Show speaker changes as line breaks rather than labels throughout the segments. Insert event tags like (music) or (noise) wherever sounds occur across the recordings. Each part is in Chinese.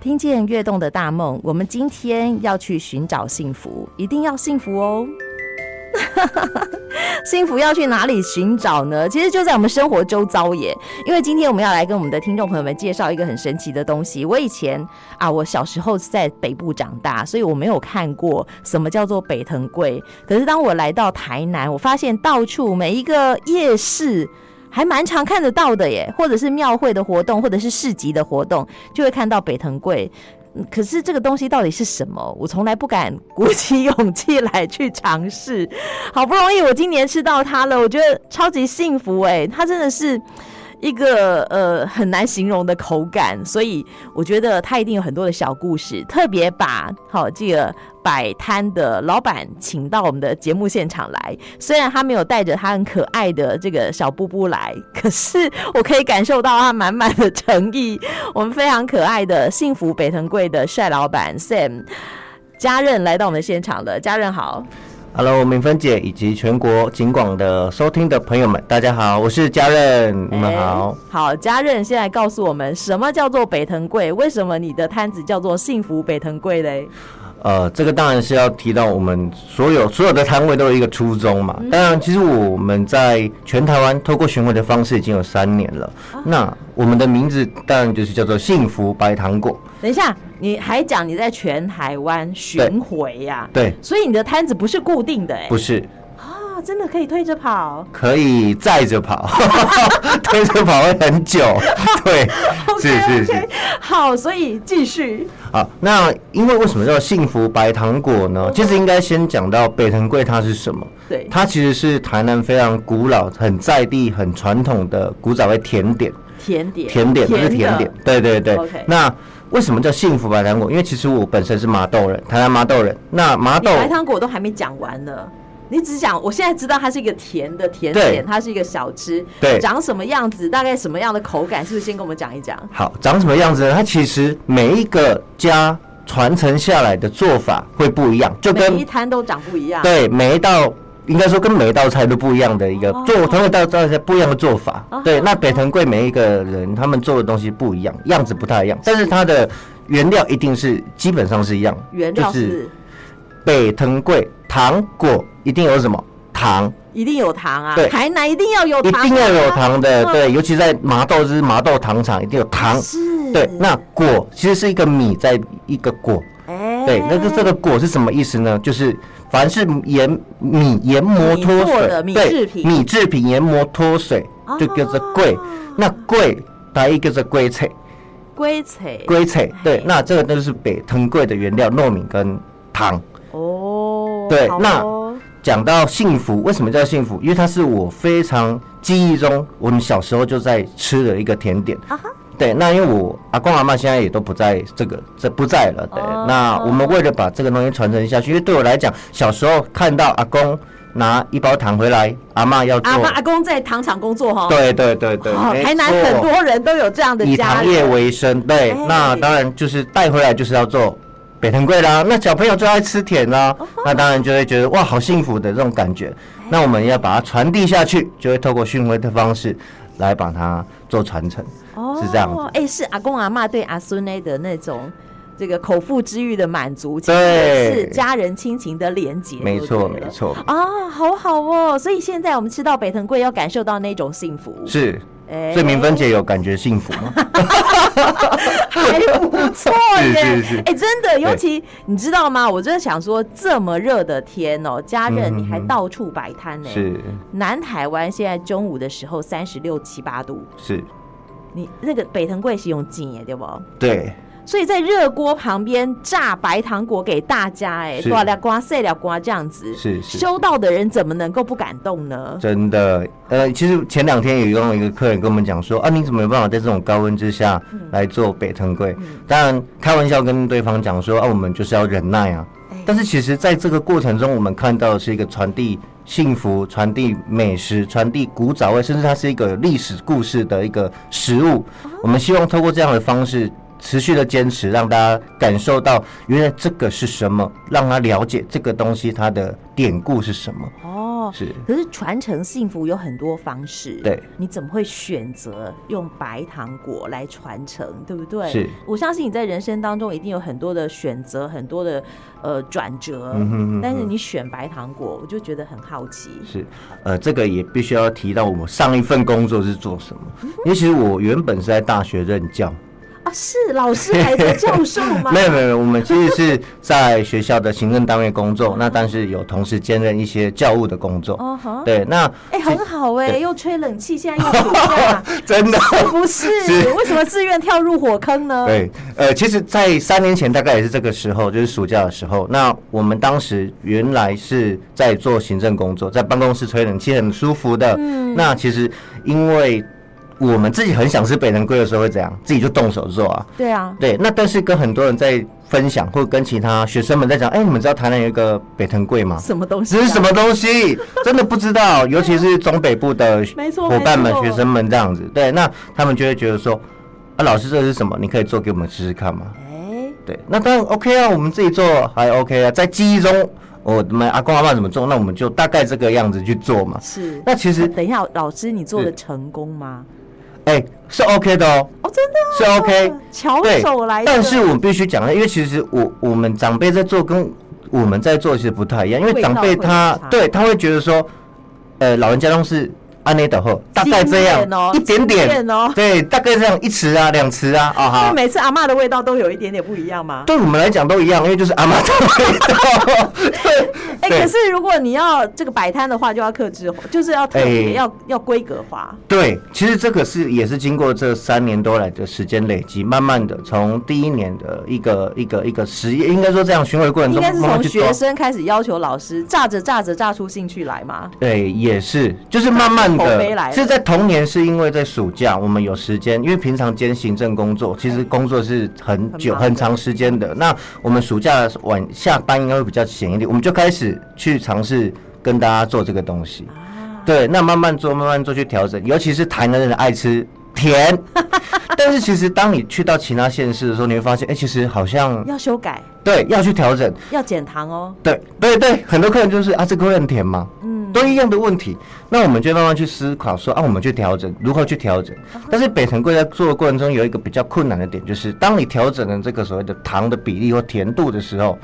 听见跃动的大梦，我们今天要去寻找幸福，一定要幸福哦！ (laughs) 幸福要去哪里寻找呢？其实就在我们生活周遭耶。因为今天我们要来跟我们的听众朋友们介绍一个很神奇的东西。我以前啊，我小时候是在北部长大，所以我没有看过什么叫做北藤贵。可是当我来到台南，我发现到处每一个夜市。还蛮常看得到的耶，或者是庙会的活动，或者是市集的活动，就会看到北藤贵。嗯可是这个东西到底是什么？我从来不敢鼓起勇气来去尝试。好不容易我今年吃到它了，我觉得超级幸福哎，它真的是。一个呃很难形容的口感，所以我觉得它一定有很多的小故事。特别把好这个摆摊的老板请到我们的节目现场来，虽然他没有带着他很可爱的这个小布布来，可是我可以感受到他满满的诚意。我们非常可爱的幸福北藤贵的帅老板 Sam。家人来到我们现场了，家人好。
Hello，敏芬姐以及全国警广的收听的朋友们，大家好，我是嘉任，你们嗯好。
哎好，家人现在告诉我们什么叫做北藤贵？为什么你的摊子叫做幸福北藤贵嘞？
呃，这个当然是要提到我们所有所有的摊位都有一个初衷
嗯
嘛。当然，其实我们在全台湾透过巡回的方式已经有三年了。
啊
那我们的名字当然就是叫做幸福白糖果。
等一下，你还讲你在全台湾巡回呀、
对，
所以你的摊子不是固定的哎、
不是
啊，真的可以推着跑，
可以载着跑， (laughs) 推着跑会
(laughs)
很久。对，是
OK，
是是。
OK，好，所以继续
好，那因为为什么叫幸福白糖果呢？其实应该先讲到北藤贵它是什么。
对，
它其实是台南非常古老、很在地、很传统的古早味甜点，
甜点
甜点不是
的
甜点，对对对。
OK
那为什么叫幸福白糖果？因为其实我本身是麻豆人，台南麻豆人。那麻
你
豆
白糖果都还没讲完呢，你只讲我现在知道它是一个甜的甜
对
点，它是一个小吃，
对
长什么样子，大概什么样的口感，是不是先跟我们讲一讲？
好长什么样子呢？它其实每一个家传承下来的做法会不一样，就
每一
跟
摊都长不一样，，
对每一道。应该说跟每一道菜都不一样的一个
哦
做，同一道菜不一样的做法。对，那北藤贵每一个人他们做的东西不一样，样子不太一样，但是它的原料一定是基本上是一样。
原料、
就是北藤贵糖果一定有什么糖，
一定有糖啊，
对
台南一定要有
一
糖、啊，
定要有糖的。
嗯
对，尤其在麻豆就是麻豆糖厂一定有糖。
是，
对，那果其实是一个米在一个果，
哎
对，那个这个果是什么意思呢？就是凡是研米研磨
米
脱
做
水
的，米制
对，
品
米制品研磨脱水就叫做贵
哦。
那贵台一个是龟菜，
龟菜，哎
龟菜
嘿
对，那这个都是北藤贵的原料糯米跟糖。
哦，
对
好
那
哦
讲到幸福，为什么叫幸福？因为它是我非常记忆中我们小时候就在吃的一个甜点。
啊哈，
对，那因为我阿公阿妈现在也都不在这个这不在了，对。
哦
那我们为了把这个东西传承下去，因为对我来讲，小时候看到阿公拿一包糖回来，阿妈要做，
阿妈阿公在糖厂工作哈、哦，
哦对对对对，
哦，
没
台南
错
很多人都有这样的
以
家
糖
人
业为生，对，
哎
那当然就是带回来就是要做北藤贵啦。那小朋友最爱吃甜啦，
哦
那当然就会觉得哇，好幸福的这种感觉。
哎
那我们要把它传递下去，就会透过巡回的方式来把它做传承，是这样子。
哦，哎、是阿公阿妈对阿孙呢的那种这个口腹之欲的满足，其实
对
也是家人亲情的连结，
没错，
就对了
没。错，
啊，好好哦，所以现在我们吃到北藤贵，要感受到那种幸福，
是。
哎
所以明芬姐有感觉幸福吗？
(laughs) 还不错耶，
(laughs) 是是是
哎，真的，尤其你知道吗？我真的想说，这么热的天哦，家人
嗯
你还到处摆摊呢。
是
南台湾现在中午的时候三十六七八度，
是，
你那个北藤贵是用劲耶，对不？
对，
所以在热锅旁边炸白糖果给大家、哎，
是
多了瓜碎了瓜这样子，
是是
收到的人怎么能够不感动呢？
(laughs) 真的，呃，其实前两天有一个一个客人跟我们讲说，啊，你怎么有办法在这种高温之下来做北藤柜？当然，开玩笑跟对方讲说，啊，我们就是要忍耐啊。但是其实，在这个过程中，我们看到的是一个传递幸福、传递美食、传递古早味，甚至它是一个有历史故事的一个食物。我们希望透过这样的方式，持续的坚持，让大家感受到原来这个是什么，让他了解这个东西它的典故是什么。
哦，
是。
可是传承幸福有很多方式，
对，
你怎么会选择用白糖果来传承，对不对？
是，
我相信你在人生当中一定有很多的选择，很多的呃转折，
嗯哼嗯哼
但是你选白糖果，我就觉得很好奇，
是，呃，这个也必须要提到我上一份工作是做什么，因为其实我原本是在大学任教，
啊，是老师还是教授吗？
(laughs) 没有没有没有，我们其实是在学校的行政单位工作，那但是有同时兼任一些教务的工作，
哦哈，
对，那
哎、很好哎、
对
又吹冷气，现在又暑假，
(laughs) 真
(laughs)
的。
不是
是
为什么自愿跳入火坑呢？
对，呃，其实，在三年前大概也是这个时候，就是暑假的时候。那我们当时原来是在做行政工作，在办公室吹冷气很舒服的。嗯，那其实因为我们自己很想吃北人龟的时候会怎样，自己就动手做啊。
对啊，
对，那但是跟很多人在分享，或者跟其他学生们在讲，哎、你们知道台南有一个北藤贵吗？
什么东西、啊？
这是什么东西？真的不知道，尤其是中北部的
啊没错
伙伴们、
没错
学生们这样子。对，那他们就会觉得说，啊，老师这是什么？你可以做给我们试试看吗？
哎、
对，那当然 OK 啊，我们自己做还 OK 啊，在记忆中，哦我们阿公阿妈怎么做，那我们就大概这个样子去做嘛。
是。
那其实，
等一下，老师，你做的
是
成功吗？
哎、是 OK 的哦。
哦，真的啊、
是 OK，
巧
对，
手来的。
但是我们必须讲，因为其实我我们长辈在做跟我们在做其实不太一样，因为
味
长
道会
辈他
有差
对他会觉得说，呃，老人家都是啊按内等后，大概这样
经验哦
一点
经
点
验哦
对，大概这样一匙啊，两匙啊，啊
所以
哈。
每次阿嬷的味道都有一点点不一样吗？
对我们来讲都一样，因为就是阿妈的味道。对，
(laughs) 哎、
对
可是如果你要这个摆摊的话，就要克制，就是要特别、
哎
要要规格化。
对，其实这个是也是经过这三年多来的时间累积，慢慢的从第一年的一个一个一个实验，应该说这样巡回过程
应
中，
该是
慢慢
从
去
学
抓
生开始要求老师炸着炸着炸出兴趣来嘛。
对，也是，就是慢慢
口碑来
的，
了
是在童年，是因为在暑假我们有时间，因为平常兼行政工作，其实工作是很
很忙
久
的
很长时间的。那我们暑假晚下班应该会比较闲一点，我们就开始去尝试跟大家做这个东西。
啊
对，那慢慢做，慢慢做去调整，尤其是台南人爱吃
(laughs)
甜，但是其实当你去到其他县市的时候，你会发现，哎、其实好像
要修改，
对要去调整。
要减糖哦。
对对对，很多客人就是啊，这个会很甜吗？嗯，都一样的问题。那我们就慢慢去思考说啊，我们去调整，如何去调整。但是北藤贵在做的过程中有一个比较困难的点，就是当你调整了这个所谓的糖的比例或甜度的时候，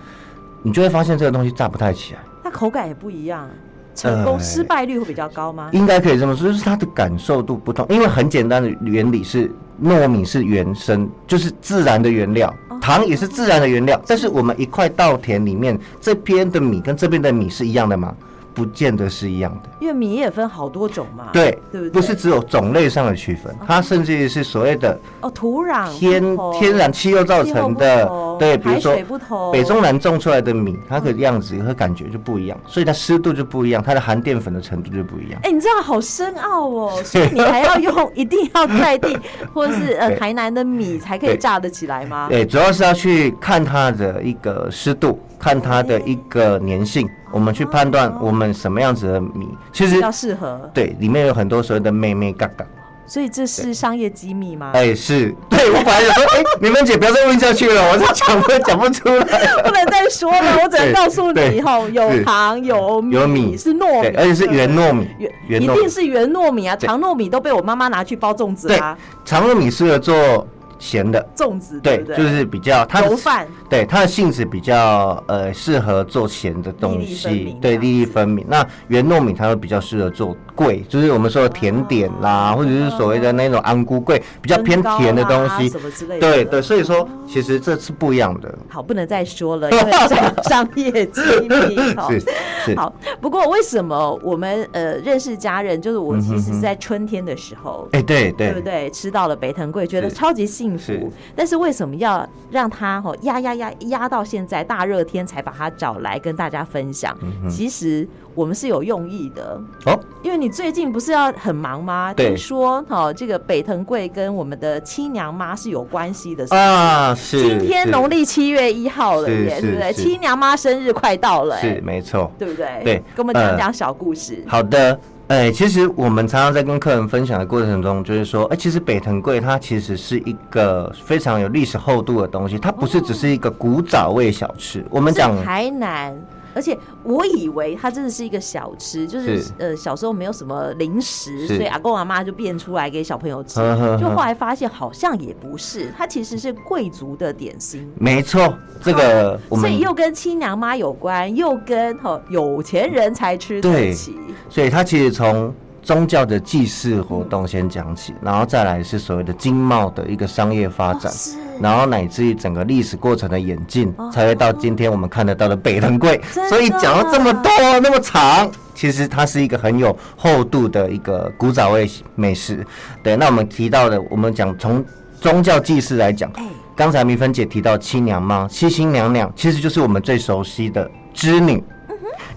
你就会发现这个东西炸不太起来。
那口感也不一样，成功
呃
失败率会比较高吗？
应该可以这么说，就是它的感受度不同。因为很简单的原理是，糯米是原生，就是自然的原料，
哦
糖也是自然的原料。但是我们一块稻田里面，这边的米跟这边的米是一样的吗？不见得是一样的。
因为米也分好多种嘛。
对，
啊对不对？
不是只有种类上的区分，它甚至于是所谓的
哦，土壤
天
不同
天然气候造成
气
的
候不同，
对，比如
海
说
水不同嗯
北中南种出来的米，它的样子和感觉就不一样，所以它湿度就不一样，它的含淀粉的程度就不一样。
哎、你这样好深奥哦，所以你还要
(laughs)
用一定要在地或者是呃
对
台南的米才可以
对
炸得起来吗？
哎对，主要是要去看它的一个湿度，看它的一个粘性，我们去判断我们什么样子的米。其
比
实
较适合，
对，里面有很多所谓的妹妹嘎嘎。
所以这是商业机密吗？
哎，是 (laughs) 对我本来想说，哎，你们姐不要再问下去了，我这讲不讲不
(laughs)
出来。
(laughs) 不能再说了，我只能
对
告诉你
对
吼，有
是
糖有米，
有米
是糯
对，
米，
而且是原糯米，
原一
糯
定
米。
是啊原糯米啊，
对
糖糯米都被我妈妈拿去包粽子
对
啦、，
长糯米适合做咸的，
粽子
对，
不对？
就是比较它
油
的
饭
对它的性质比较呃适合做咸的
粒
东
粒分明
西
这，
对
样
粒粒分明。那圆糯米它会比较适合做桂，就是我们说的甜点啦，或者是所谓的那种安菇桂，比较偏甜的东
啊
西
什。么之类的。
对对，所以说其实这是不一样的，
好，不能再说了，因为
(laughs)
商商业机密。好
是是
哦好，不过为什么我们呃认识家人，就是我其实是在春天的时候，
哎，对
对
对
不对？吃到了北藤贵，觉得
是
超级幸福
是。
但是为什么要让他哈压压压压到现在大热天才把他找来跟大家分享？
嗯
其实我们是有用意的，
哦，
因为你最近不是要很忙吗？
对
听说哈这个北藤贵跟我们的亲娘妈是有关系的，
啊是。
今天
是
农历七月一号了
是
耶，
是
对不对？
是
七娘妈生日快到了，
是
哎，
没错，
对不对？
对
跟我们讲
呃
讲小故事。
好的，哎、其实我们常常在跟客人分享的过程中，就是说，哎、其实北藤贵它其实是一个非常有历史厚度的东西，它不是只是一个古早味小吃。我们
是
讲
台南，而且我以为它真的是一个小吃，就是
是
呃小时候没有什么零食，所
是
以阿公阿妈就变出来给小朋友吃
呵呵。呵
就后来发现好像也不是，它其实是贵族的点心。
没错，这个我
所
们
以又跟亲娘妈有关，又跟哦有钱人才吃得
对
起，
所以它其实从宗教的祭祀活动先讲起，然后再来是所谓的经贸的一个商业发展，
哦是
然后乃至于整个历史过程的演进，才会到今天我们看得到的北藤贵
哦真的。啊
所以讲到这么多那么长，其实它是一个很有厚度的一个古早味美食。对，那我们提到的，我们讲从宗教祭祀来讲，
哎
刚才明芬姐提到七娘妈、七星娘娘，其实就是我们最熟悉的织女。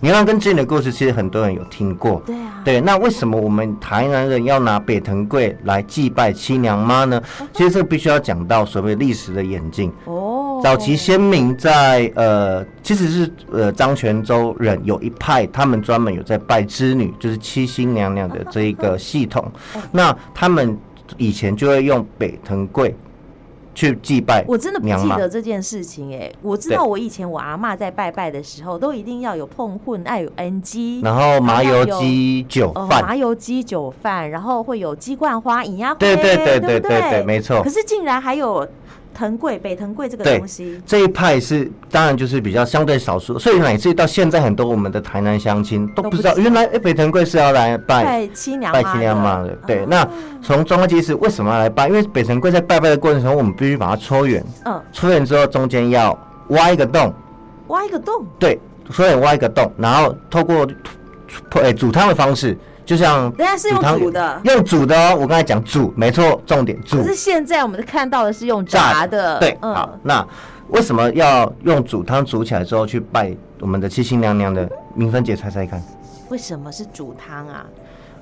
娘娘跟织女的故事，其实很多人有听过。
嗯对啊，
对，那为什么我们台南人要拿北藤贵来祭拜七娘妈呢？其实这个必须要讲到所谓历史的演进。
哦，
早期先民在呃，其实是呃张泉州人有一派，他们专门有在拜织女，就是七星娘娘的这一
哦
个系统。那他们以前就会用北藤贵去祭拜
我真的不
娘
记
妈
得这件事情哎、我知
对
道我以前我阿嬷在拜拜的时候，都一定要有碰混，爱有 NG，
然后麻
还要
油
有
鸡酒
呃
饭，
麻油鸡酒饭，然后会有鸡冠花、银鸭
对对
对
对对
不
对对没错
可是竟然还有藤贵、北藤贵这个
对
东西，
这一派是当然就是比较相对少数，所以乃至于到现在很多我们的台南乡亲都
都
不
不
知道，
知道
原来哎北藤贵是要来拜
拜七娘
拜新娘
妈
妈
的嗯
的。对，那从宗教祭祀为什么要来拜？因为北藤贵在拜拜的过程中，我们必须把它搓圆，
嗯，
搓圆之后中间要挖一个洞，
挖一个洞，
对，搓圆挖一个洞，然后透过哎煮汤的方式，就像
人家是用
汤
煮的
用煮的哦。我刚才讲煮，没错，重点煮
可。是现在我们看到的是用炸
炸
的，
嗯
嗯
对，好，，那为什么要用煮汤煮起来之后去拜我们的七星娘娘的？明芬姐猜猜看，
为什么是煮汤啊？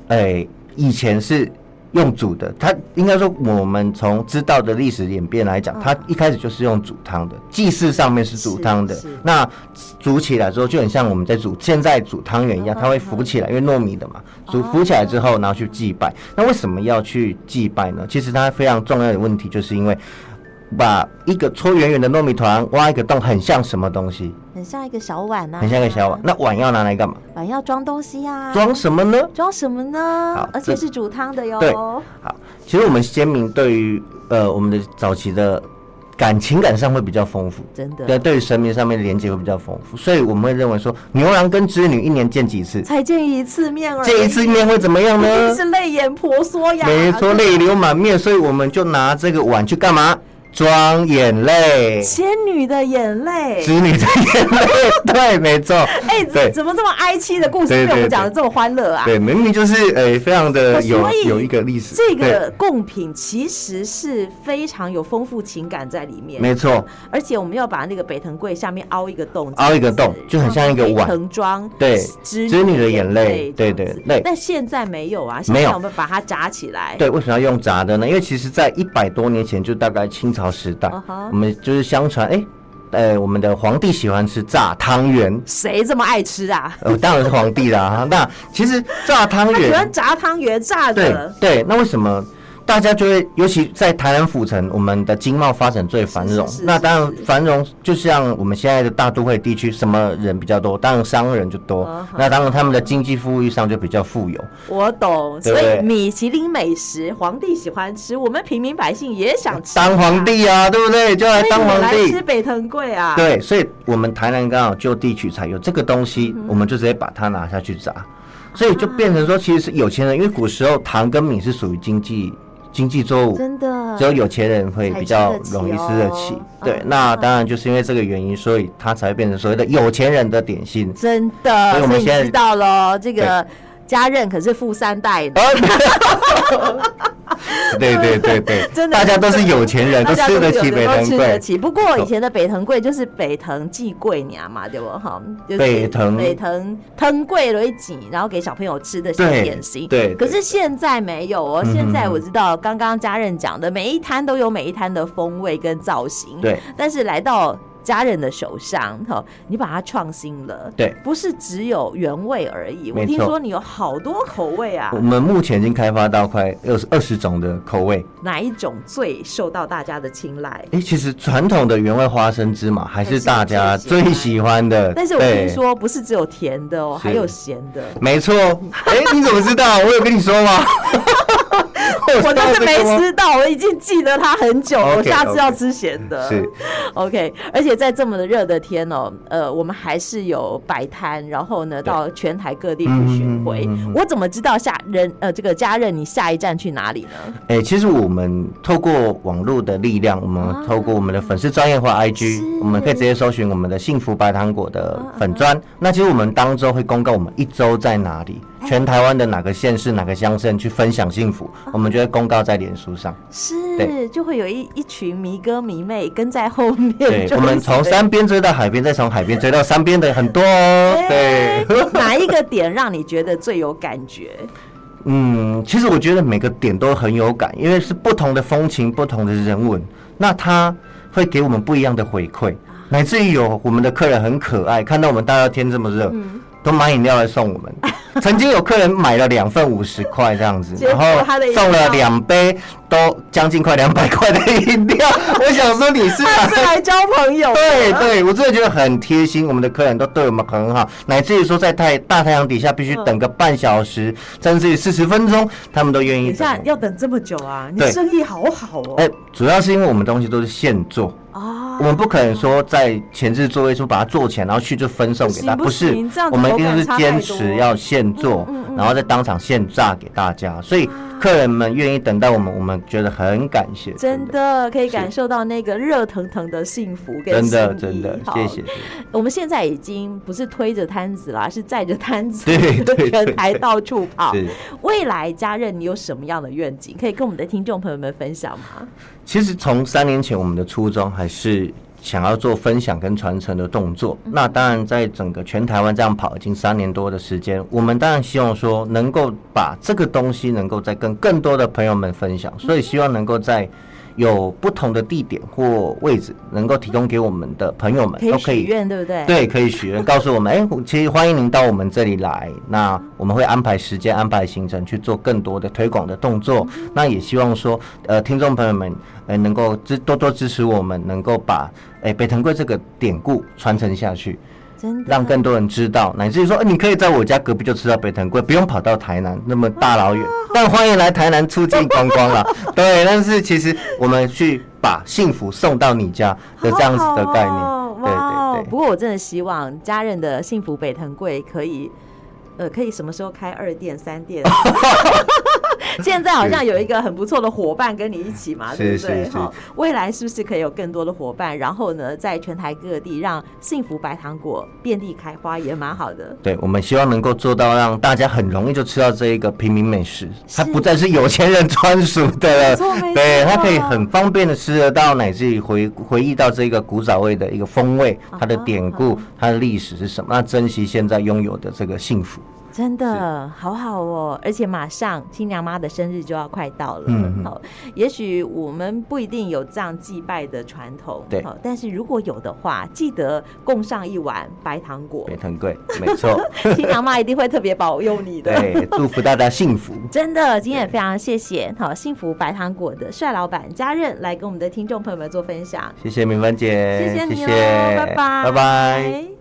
哎、以前是。用煮的，它应该说我们从知道的历史演变来
嗯
讲，它一开始就是用煮汤的，祭祀上面是煮汤的
是是。
那煮起来之后就很像我们在煮现在煮汤圆一
嗯
样，它会浮起来，因为糯米的嘛，
哦
煮浮起来之后，然后去祭拜。那为什么要去祭拜呢？其实它非常重要的问题，就是因为把一个搓圆圆的糯米团挖一个洞，很像什么东西？
很像一个小碗啊，
很像一个小碗。，那碗要拿来干嘛？
碗要装东西啊，
装什么呢？
装什么呢
好？
而且
这
是煮汤的哟。
对好，其实我们先民对于呃我们的早期的感情感上会比较丰富，
真的
对，对于神明上面的连接会比较丰富，所以我们会认为说牛郎跟织女一年见几次？
才见一次面而已，
见一次面会怎么样
一定
呢？
是啊泪眼婆娑呀。
没错，泪流满面，所以我们就拿这个碗去干嘛？装眼泪，
仙女的眼泪。
织女的眼
(laughs)
泪，对，没错，
哎，
对
怎怎么这么哀戚的故事
对
被我
对
们
对
讲的这么欢乐啊？
对，明明就是诶、呃非常的有
所以
有一个历史，
这
对
个贡品其实是非常有丰富情感在里面，
没错，
而且我们要把那个北藤柜下面凹一个洞，
凹一个洞就很像一个碗
让它可以盛装
对
织
织女的
眼
眼泪
这样
对对
子
对
但现在没有啊，现
没有
在我们把它扎起来，
对，为什么要用炸的呢？因为其实，在一百多年前，就大概清朝时代
嗯哼
我们就是相传，哎、呃，我们的皇帝喜欢吃炸汤圆，
谁这么爱吃啊？
呃，当然是皇帝啦。哈那其实炸汤
他喜欢
圆，
炸汤圆炸
对
的，
对，那为什么？大家就会，尤其在台南府城，我们的经贸发展最繁荣。
是是是
那当然，繁荣就像我们现在的大都会地区，什么人比较多？当然商人就多。
啊哈
那当然，他们的经济富裕上就比较富有。
我懂，
对
所
不对
以米其林美食，皇帝喜欢吃，我们平民百姓也想吃啊、
当皇帝啊，对不对？就来
所以
当
我
皇
来
帝
吃。北藤贵啊，，
对，所以我们台南刚好就地取材，有这个东西，
嗯
我们就直接把它拿下去炸，所以就变成说，其实是有钱人，因为古时候糖跟米是属于经济经济作物，
真的
只有有钱人会比较容易吃得
哦
起。对，
嗯
那当然就是因为这个原因，所以它才会变成所谓的有钱人的点心。
真的，
所以我们现在
你知道喽，这个家任可是富三代的。
哦
(laughs)
对对对对，
真的
大家都是有钱人，
大
哎都
家
吃得
有
起北
都
藤
吃
贵
得。起。不过以前的北藤贵就是北藤寄贵娘嘛，对不哈？就是
北藤
北藤藤贵为几，然后给小朋友吃的小
对
点心。
对对
可是现在没有哦，
嗯
现在我知道刚刚家人讲的，每一摊都有每一摊的风味跟造型。。
对
但是来到家人的手上，哈，你把它创新了。
对。
不是只有原味而已，我
没
听
错
说你有好多口味啊
我，们目前已经开发到快二十二十种的口味，
哪一种最受到大家的青睐？
哎、其实传统的原味花生芝麻还是大家
还
最
是
喜欢
(laughs)
的。
但是我
对
听，说不是只有甜的哦，
是
还有咸的。
没错。哎、你怎么知道？我有跟你说
(laughs)
吗？
我
当
但
时
是没吃到，我已经记得它很久了。
OK，
我下次要吃咸的。
是
(laughs) OK，而且在这么的热的天哦，呃，我们还是有摆摊，然后呢，到全台各地去巡回。
嗯嗯嗯嗯嗯
我怎么知道下人呃这个家人你下一站去哪里呢？
哎、其实我们透过网络的力量，我
啊
们透过我们的粉丝专业或 IG，、我们可以直接搜寻我们的幸福白糖果的粉
嗯
砖。那其实我们当周会公告我们一周在哪里，
哎
全台湾的哪个县市、哪个乡镇去分享幸福，
啊
我们就会公告在脸书上。
是，
对
就会有一一群迷哥迷妹跟在后面追
对
随。，
我们从山边追到海边，再从海边追到山边的很多哦。
哎。
对
哪一个点让你觉得最有感觉？ (laughs)
嗯，其实我觉得每个点都很有感，因为是不同的风情、不同的人文，那它会给我们不一样的回馈，乃至于有我们的客人很可爱，看到我们大热天这么热，
嗯
都买饮料来送
(laughs)
我们。曾经有客人买了两份五十块这样子，
结
然
果
后
他的饮料
送了两杯，都将近快两百块的饮料。我想说你
(laughs)
是
他
哪
是来交朋友的。
对对，我真的觉得很贴心，我们的客人都对我们很好，乃至于说在太大太阳底下必
嗯
须等个半小时，甚至于四十分钟，他们都愿
等一
意等
下
我们。
要等这么久啊？你
对
生意好好哦。
哎、主要是因为我们东西都是现做，
啊
我们不可能说在前置作业处把它做起来，然后去就分送给他，
不行
是
不行这样，子
我们一定
口
都
感
是
差太
坚
多嗯
持要现做，然后再当场现炸给大
啊
家，所以客人们愿意等待我们，我们觉得很感谢，
真
的，
的可以感受到那个热腾腾的幸福跟
真的
心
真
意
的，
好
谢谢。
我们现在已经不是推着摊子啦，是
(laughs)
载着摊子，
对对对
全台到处跑
是。
未来家任，你有什么样的愿景，可以跟我们的听众朋友们分享吗？
其实从三年前，我们的初衷还是想要做分享跟传承的动作。那当然，在整个全台湾这样跑已经三年多的时间，我们当然希望说能够把这个东西能够再跟更多的朋友们分享，所以希望能够在。有不同的地点或位置，能够提供给我们的朋友们
可以
都可
许
以
愿，对不对？。
对，可以许愿，告诉我们，哎、我其实欢迎您到我们这里来。那我们会安排时间、安排行程去做更多的推广的动作。那也希望说，呃，听众朋友们，呃，能够支多多支持我们，能够把哎、北藤贵这个典故传承下去，
真的
让更多人知道，乃至于说、呃你可以在我家隔壁就吃到北藤贵，不用跑到台南那么大老远。但欢迎来台南促进观光啦。对，但是其实我们去把幸福送到你家的这样子的概念，
好好哦
对
哇
对
哦
对
不。过我真的希望家人的幸福北藤贵可以，呃，可以什么时候开二店、三
(laughs)
店？现在好像有一个很不错的伙伴跟你一起嘛，对不
是
对？
是是
哈，未来是不是可以有更多的伙伴？然后呢，在全台各地让幸福白糖果遍地开花，也蛮好的。
对，我们希望能够做到让大家很容易就吃到这一个平民美食，它
是
不再是有钱人专属的
没错没错
了，对，它可以很方便的吃得到，乃至于回回忆到这个古早味的
啊
一个风味，它的典故，它的历史是什么，那珍惜现在拥有的这个幸福。
真的好好哦，而且马上新娘妈的生日就要快到了。
嗯嗯
好，也许我们不一定有这样祭拜的传统，
对
好，但是如果有的话，记得供上一碗白糖果
(laughs) 北，藤哎贵，没错，
(laughs) 新娘妈一定会特别保佑你的。
对，祝福大家幸福。
真的，今天也非常谢谢好幸福白糖果的帅老板家人来跟我们的听众朋友们做分享，
哎谢谢明芬姐，
哦谢谢你哦，拜拜，
拜拜。